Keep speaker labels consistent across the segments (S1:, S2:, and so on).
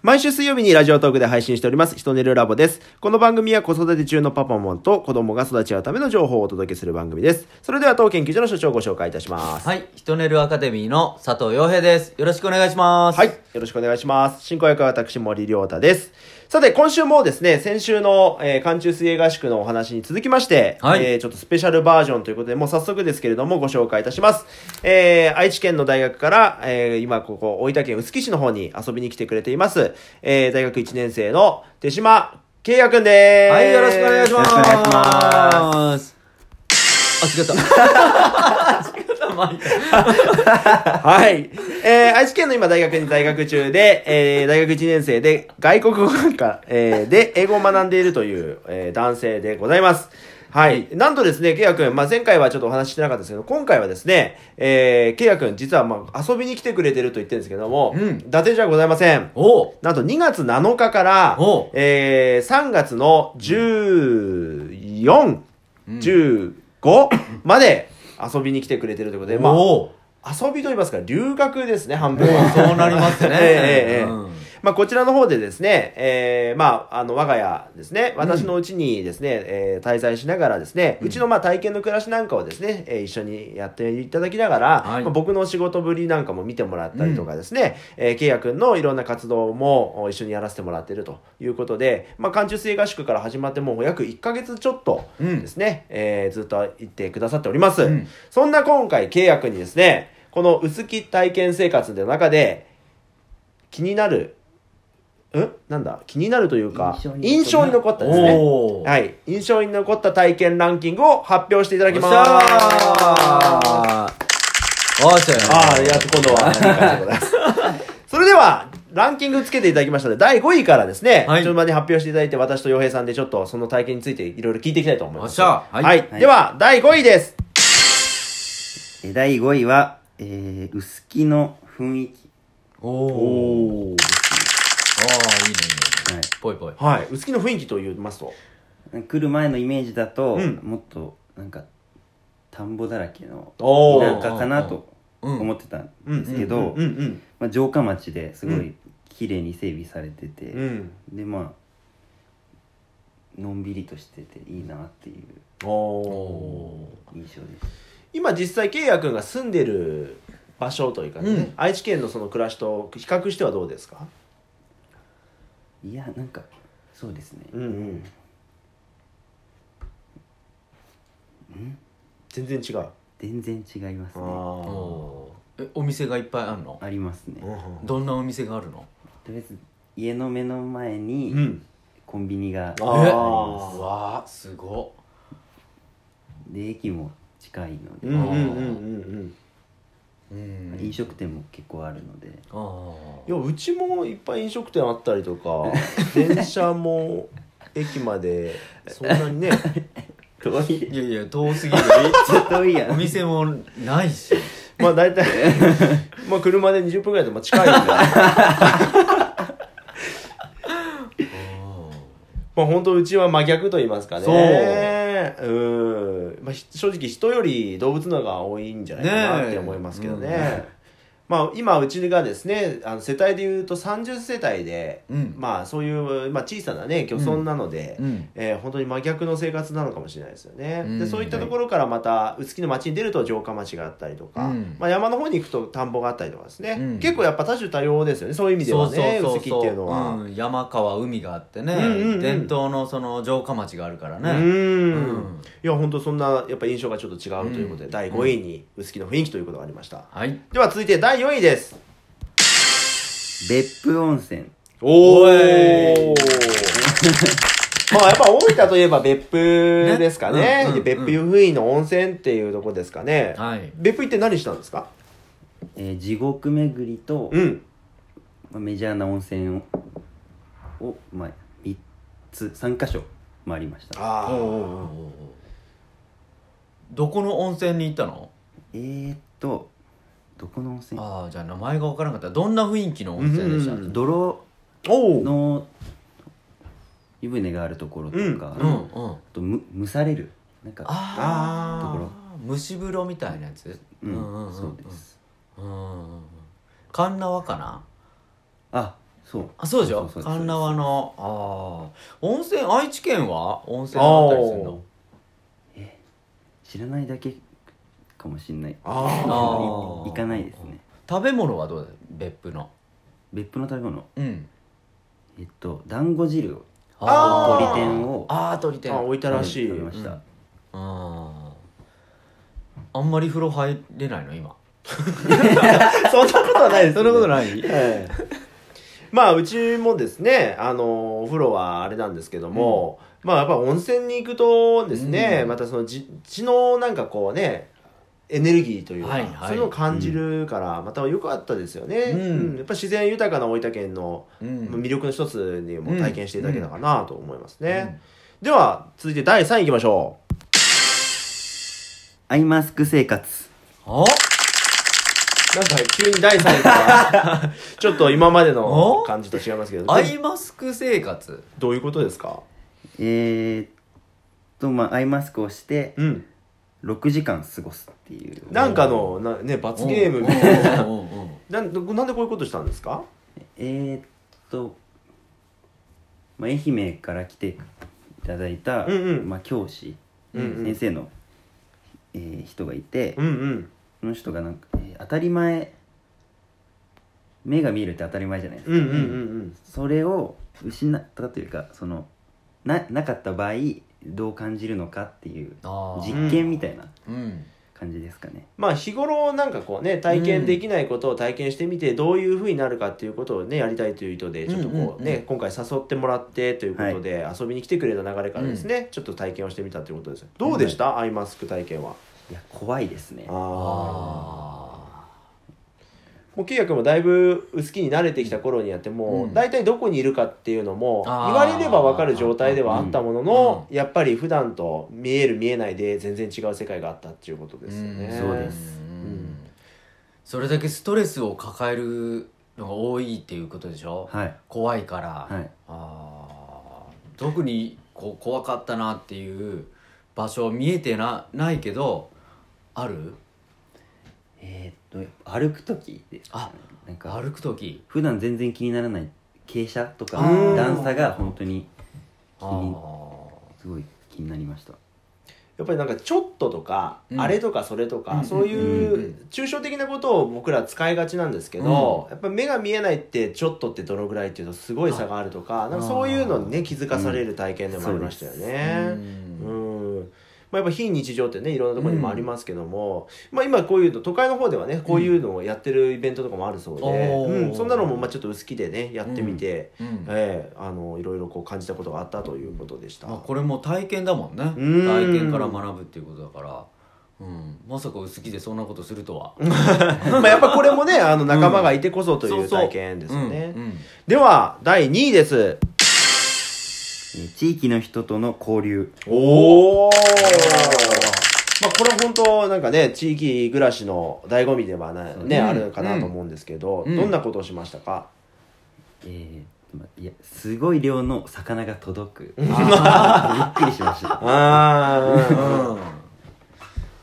S1: 毎週水曜日にラジオトークで配信しております、ひとねるラボです。この番組は子育て中のパパモンと子供が育ち合うための情報をお届けする番組です。それでは当研究所の所長をご紹介いたします。
S2: はい、ヒトネルアカデミーの佐藤洋平です。よろしくお願いします。
S1: はい。。よろしくお願いします。進行役は私、森良太です。さて、今週もですね、先週の、えー、寒中水泳合宿のお話に続きまして、
S2: はい
S1: えーちょっとスペシャルバージョンということで、もう早速ですけれども、ご紹介いたします。えー、愛知県の大学から、えー、今ここ、大分県臼杵市の方に遊びに来てくれています、えー、大学1年生の手島圭也くんです。
S2: はい、よろしくお願いします。。
S1: よろくお願いします
S2: あ、違った。違った、まあいいか
S1: はい。えー、愛知県の今大学に在学中で、えー、大学1年生で外国語学科、えー、で英語を学んでいるという、えー、男性でございます。はい。なんとですね、ケイヤくん、まあ、前回はちょっとお話ししてなかったですけど、今回はですね、えー、ケイヤくん、実はまあ、遊びに来てくれてると言ってるんですけども、
S2: うん
S1: 伊達じゃございません。
S2: おう
S1: なんと2月7日から
S2: おう、
S1: えー、3月の14、15まで遊びに来てくれてるということで、まあ、
S2: おう
S1: 遊びと言いますか、留学ですね、半分は。
S2: そうなりますね
S1: ええええええ
S2: うん
S1: まあ、こちらの方でですね、えーまあ、あの、我が家ですね、私のうちにですね、えー滞在しながらですね、うちのまあ体験の暮らしなんかをですね、えー一緒にやっていただきながら、
S2: はい
S1: まあ僕の仕事ぶりなんかも見てもらったりとかですね、えー、ケイヤ君のいろんな活動もお一緒にやらせてもらっているということで、まあ、寒中水合宿から始まってもう約1ヶ月ちょっとですね、えーずっと行ってくださっております。
S2: うん
S1: そんな今回、契約にですね、この薄木体験生活の中で、気になる、んなんだ気になるというか、印
S3: 印
S1: 象
S3: 象
S1: に残
S3: に残
S1: ったですね。
S2: おう
S1: はい。印象に残った体験ランキングを発表していただきます。
S2: よっし
S1: あ
S2: ゃーおっしゃー
S1: あー、やっと今度は、でございます。 それでは、ランキングつけていただきましたので、第5位からですね、
S2: はい
S1: 順番に発表していただいて、私と洋平さんでちょっとその体験についていろいろ聞いていきたいと思います。
S2: よっしゃはい
S1: はい、では、第5位です。
S3: えー第5位は、えー、薄木の雰囲気。
S2: おおおああ、いいね、いいね。
S3: はい
S2: ぽいぽい。
S1: はい。薄木の雰囲気と言いますと。
S3: 来る前のイメージだと、
S1: うん
S3: もっとなんか田んぼだらけの
S1: おー
S3: 田舎かなと
S2: うん
S3: 思ってたんですけど、
S1: うんうん
S3: まあ、城下町ですご
S1: う
S3: い
S1: ん
S3: 綺麗に整備されてて、
S1: うん。
S3: でまあのんびりとしてていいなっていう
S1: おおー。
S3: 印象です
S1: 今実際、ケイヤ君が住んでる場所というかね、
S2: うん
S1: 愛知県のその暮らしと比較してはどうですか
S3: いやなんかそうですね、
S1: うんうん。全然違う。
S3: 全然違いますね
S2: おおーえ、お店がいっぱいあるの
S3: ありますね
S1: うん
S2: どんなお店があるの
S3: とりあえず家の目の前
S1: う
S3: に
S1: ん。
S3: コンビニがあ
S1: あ
S3: り
S2: え
S3: ます、
S1: ー
S2: うわあ、すごっ。
S3: で駅も近いので、
S1: うんうんうんうんうん。
S2: うん
S3: 飲食店も結構あるので
S2: あ
S1: いや、うちもいっぱい飲食店あったりと か、電車も駅まで、そんなにね。
S3: 遠い
S2: あいやいや遠す ぎる
S3: 遠いや
S2: お
S3: ん
S2: 店もないし
S1: まあ大 体、まあ車で20分ぐらいでまあ近いんで。まあ本当うちは真逆と言いますかね。
S2: そう
S1: うん。まあひ正直人より動物の方が多いんじゃないかなっ
S2: ねえ
S1: て思いますけどね。
S2: うん
S1: まあ今うちがですね、あの世帯でいうと30世帯で、
S2: うん
S1: まあそういう、まあ、小さなね、漁村なので、
S2: うん
S1: えー本当に真逆の生活なのかもしれないですよね、
S2: うん
S1: でそういったところからまた臼杵の町に出ると城下町があったりとか、
S2: うん
S1: まあ、山の方に行くと田んぼがあったりとかですね、
S2: うん
S1: 結構やっぱ多種多様ですよねそういう意味ではね臼杵っていうのは。
S2: うん山川海があってね、
S1: うんうんうん
S2: 伝統のその城下町があるから
S1: う
S2: ね、
S1: ん
S2: うん
S1: いや本当そんなやっぱ印象がちょっと違うということで、
S2: うん
S1: 第5位に臼杵の雰囲気ということがありました、
S2: はい
S1: では続いて第4位です
S3: 別府温泉
S1: お
S2: お
S1: ー
S2: い
S1: まあやっぱ大分といえば別府ですかね
S2: ねうんうんうん
S1: で別府湯布院の温泉っていうとこですかね、
S2: はい
S1: 別府行って何したんですか
S3: えー地獄巡りと、
S1: うん
S3: まあ、メジャーな温泉をを、まあ、3つ3箇所回りました
S1: あ
S2: おうおうおうおうどこの温泉に行ったの
S3: えー、っとどこの温泉
S2: ああじゃあ名前が分からなかったどんな雰囲気の温泉でした、
S1: うんうん
S3: 泥
S1: おう
S3: の湯船があるところとか、
S1: うん
S2: うん
S3: あ
S2: うん
S3: とむ蒸されるなんかとこ
S2: あ
S3: ろ
S2: あ蒸し風呂みたいなやつ
S3: うん
S2: うんうんうん
S3: そうです
S2: うんうんうん神奈川かな
S3: あそう
S2: あそうでしょ
S3: そうそうそう
S2: 神奈川のああ温泉愛知県は温泉あったりする
S1: あー
S2: の
S3: 知らないだけかもしんない
S1: あ
S2: ー
S1: あ
S3: 行かないですね
S2: 食べ物はどうだ別府の
S3: 別府の食べ物
S2: うん
S3: えっと団子汁を
S1: あー
S3: 鶏天を
S2: ああ鳥天
S1: あ置いたらしい、
S3: はい食べました、
S2: うんあーあんまり風呂入れないの今
S1: そんなことはないです、
S2: ない
S1: え えまあうちもですねあのお風呂はあれなんですけども、まあやっぱ温泉に行くとですね、
S2: うん
S1: またそのじ血のなんかこうねエネルギーというか、
S2: はいはい
S1: そういうのを感じるから、また良かったですよね、
S2: うん
S1: やっぱ自然豊かな大分県の
S2: うん
S1: 魅力の一つにも体験していただけたかなと思いますね、では続いて第3位いきましょう
S3: アイマスク生活
S2: あ
S1: なんか急に第3位から ちょっと今までの感じと違いますけど
S2: アイマスク生活
S1: どういうことですか
S3: えー、っとまあアイマスクをして
S1: うん
S3: 6時間過ごすっていう
S1: なんかのな、ね、罰ゲームみたいな
S2: うんうんうんうん
S1: なんなんでこういうことしたんですか
S3: えー、っと、まあ、愛媛から来ていただいた、
S1: うんうん
S3: まあ、教師、
S1: うんうん
S3: 先生の、えー人がいて、
S1: うんうん
S3: その人がなんか、えー当たり前目が見えるって当たり前じゃないです
S1: う
S3: か、
S1: んうんうん
S3: それを失ったというかそのななかった場合どう感じるのかっていう
S2: あ
S3: 実
S2: ー
S3: 験みたいな
S2: うん
S3: 感じですかね、
S1: まあ日頃なんかこうね体験できないことを体験してみてどういうふうになるかっていうことをねやりたいという意図でちょっとこうね、
S2: うんうんうん
S1: 今回誘ってもらってということで、遊びに来てくれた流れからですね、ちょっと体験をしてみたということですどうでした、アイマスク体験はい
S3: や怖いですね
S1: ああ
S2: あ
S1: もう圭也君もだいぶ薄きに慣れてきた頃にやっても
S2: う
S1: うん大体、どこにいるかっていうのも言
S2: あー
S1: われれば分かる状態ではあったものの、
S2: う
S1: やっぱり普段と見える見えないで全然違う世界があったっていうことですよね。
S2: ん
S3: そうです
S2: うんそれだけストレスを抱えるのが多いっていうことでしょ
S3: はい
S2: 怖いから、
S3: はい
S2: あー特にこう怖かったなっていう場所見えてなないけどある
S3: えー、っと歩く時です
S2: あ
S3: なんか
S2: 歩く時
S3: 普段全然気にならない傾斜とか
S2: あー
S3: 段差が本当に
S2: あ
S3: に
S2: ー
S3: すごい気になりました
S1: やっぱりなんかちょっととか、
S2: うん
S1: あれとかそれとか、
S2: うん
S1: そうい
S2: うんうん
S1: う抽象的なことを僕ら使いがちなんですけど、やっぱ目が見えないってちょっとってどのぐらいっていうとすごい差があるとかなんかそういうのにね気づかされる体験でもありましたよね。
S2: うん
S1: うんまあ、やっぱ非日常ってねいろんなところにもありますけども、まあ、今こういうの都会の方ではねこういうのをやってるイベントとかもあるそうで、
S2: お
S1: う
S2: ー
S1: んそんなのもまあちょっと薄きでねやってみて、
S2: うん
S1: ええあのいろいろこう感じたことがあったということでした。
S2: まあ、これも体験だもんね
S1: うん
S2: 体験から学ぶっていうことだから、うん、まさか薄着でそんなことするとは
S1: まあやっぱこれもね、あの仲間がいてこそという体験ですよね
S2: うん。うん
S1: では、第2位です。
S3: えー地域の人との交流
S1: おおまあこれは本当なんかね、地域暮らしの醍醐味ではなね、
S2: うん
S1: あるかなと思うんですけど、
S2: うん
S1: どんなことをしましたか、
S3: えーまいやすごい量の魚が 届くびっ
S2: あ
S3: くりしました
S1: あ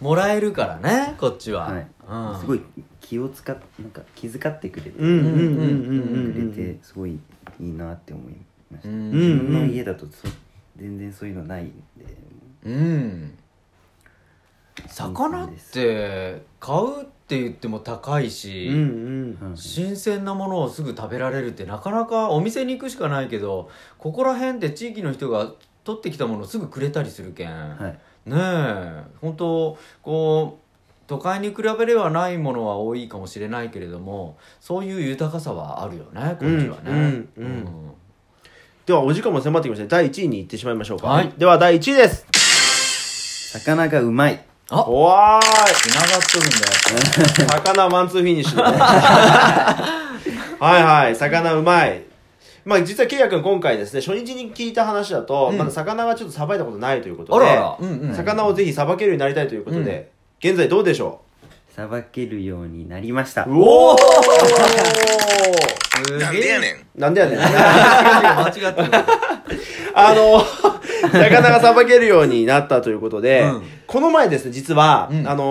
S2: うんもらえるからねこっちは、
S3: はい
S2: うん、
S3: すごい気を使っなんか気遣ってくれて
S1: ーうんうんうんうん
S3: くれ
S1: うんうん
S3: てすごいいいなって思いました
S2: う
S3: 自
S2: ん
S1: ん
S3: 分の家だとそ全然そういうのないんで
S2: うん魚って買うって言っても高いし、
S1: うんうん
S3: はい
S2: 新鮮なものをすぐ食べられるってなかなかお店に行くしかないけどここら辺って地域の人が取ってきたものをすぐくれたりするけん、
S3: はい
S2: ねえ本当こう都会に比べればないものは多いかもしれないけれどもそういう豊かさはあるよねこっちはね。
S1: うんうんでは、お時間も迫ってきました。第1位に行ってしまいましょうか。
S2: はい
S1: では、第1位です。
S3: 魚がうまい
S2: あ
S1: おわーい。
S2: 繋がっとるんだよ。
S1: 魚マンツーフィニッ シュだねはいはい魚うまいまあ実はケイヤ君今回ですね初日に聞いた話だと、
S2: うん
S1: まだ魚がちょっとさばいたことないということ
S2: あ
S1: で
S2: らあら、うんうん、
S1: 魚をぜひさばけるようになりたいということで、現在どうでしょ
S3: さばけるようになりました
S1: うおお
S2: すげえね ん。
S1: なんでや ねん
S2: 間違ってる。
S1: あの魚がさばけるようになったということで、
S2: うん
S1: この前ですね実は、
S2: うん
S1: あの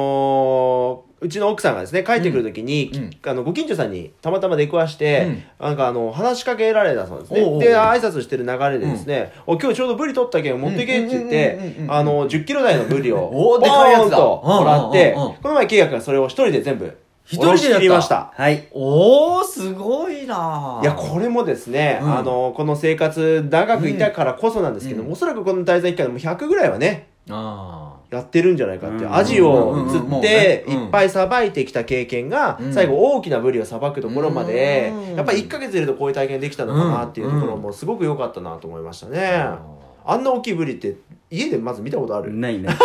S1: ーうちの奥さんがですね、帰ってくるときに、
S2: うん
S1: きあの、ご近所さんにたまたま出くわして、なんかあの、話しかけられたそうですね。
S2: おうおう
S1: で、挨拶してる流れでですね、お今日ちょうどブリ取ったけん持ってけって言っ
S2: うんうんうんうんう
S1: て
S2: んう、ん
S1: あの、10キロ台のブリを、
S2: おーでかいやつだ
S1: ポーンともらって、
S2: うんうんうんうん
S1: この前、ケイヤ君がそれを一人で全部、
S2: 一人で
S1: 下
S2: やった
S1: ろし切りました。
S3: はい
S2: おおすごいないい
S1: や、これもですね、
S2: うん
S1: あの、この生活長くいたからこそなんですけど、
S2: うん
S1: おそらくこの滞在期間でも100ぐらいはね、
S2: あ
S1: やってるんじゃないかって、
S3: うん
S1: アジを釣
S2: うんうんうんも
S1: っ
S2: う
S1: て
S2: ね
S1: いっぱいさばいてきた経験が、
S2: うん
S1: 最後大きなブリをさばくところまで、
S2: うん
S1: やっぱり1ヶ月いるとこういう体験できたのかなっていうところもすごく良かったなと思いました
S2: ー
S1: ね。あんな大きいブリって家でまず見たことある
S3: ない ない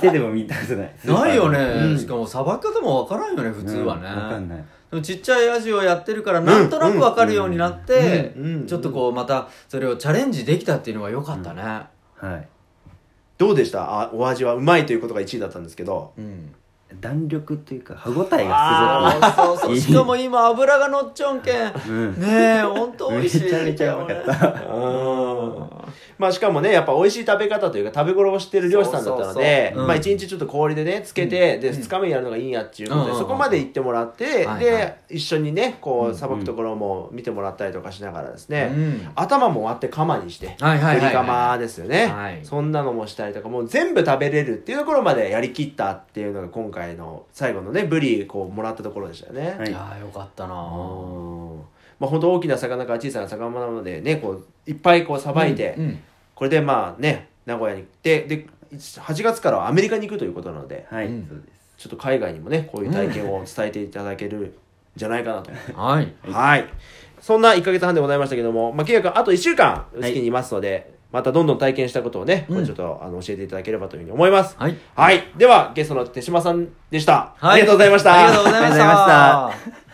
S3: 店でも見たことない
S2: ないよね、
S1: うん
S2: しかもさばき方もわからんよね普通はね、
S3: わかんない
S2: でもちっちゃいアジをやってるからなんとなくわかるようになって、
S1: うんうんうんうん
S2: ちょっとこうまたそれをチャレンジできたっていうのは良かったね
S3: はい
S1: どうでしたあお味はうまいということが1位だったんですけど。
S2: うん、
S3: 弾力というか歯応えがす
S2: ああそ うそうしかも今油が乗っちょんけん
S3: ごくうん
S2: ねえほんと美
S3: め
S2: 味しい
S3: ちゃめちゃうまかった
S1: うんまあしかもね、やっぱ美味しい食べ方というか食べ頃を知ってる漁師さんだったので
S2: そうそう、そううん
S1: まあ一日ちょっと氷でね、つけて、で、二日目にやるのがいいんやっていうことで、
S2: うんうんうん
S1: そこまで行ってもらって、
S2: はいは
S1: で
S2: い、
S1: 一緒にね、
S2: うん
S1: こ
S2: う
S1: う、
S2: ん
S1: さばくところも見てもらったりとかしながらです
S2: う
S1: ね、
S2: ん
S1: 頭も割って釜にして、
S2: はいはいはいはい
S1: ぶり釜ですよね、
S2: はい
S1: そんなのもしたりとか、もう全部食べれるっていうところまでやりきったっていうのが今回の最後のね、ブリこうもらったところでしたよね。
S3: はいい
S2: やーよかったなー
S1: まあ本当大きな魚から小さな魚までねこういっぱいこうさばいて、
S2: うんうん
S1: これでまあね名古屋に行ってで8月からはアメリカに行くということなので
S3: はい
S2: うん
S3: そうで
S1: ち
S3: す
S1: ょっと海外にもねこういう体験を伝えていただけるんじゃないかなと、
S2: はい
S1: はいそんな1か月半でございましたけども、まあ、契約あと1週間うちにいますので、またどんどん体験したことをね、
S2: うん
S1: これちょっとあの教えていただければというふうに思います。
S2: はい
S1: はい。では、ゲストの手島さんでした。
S2: はい
S1: ありがとうございました。
S2: ありがとうございました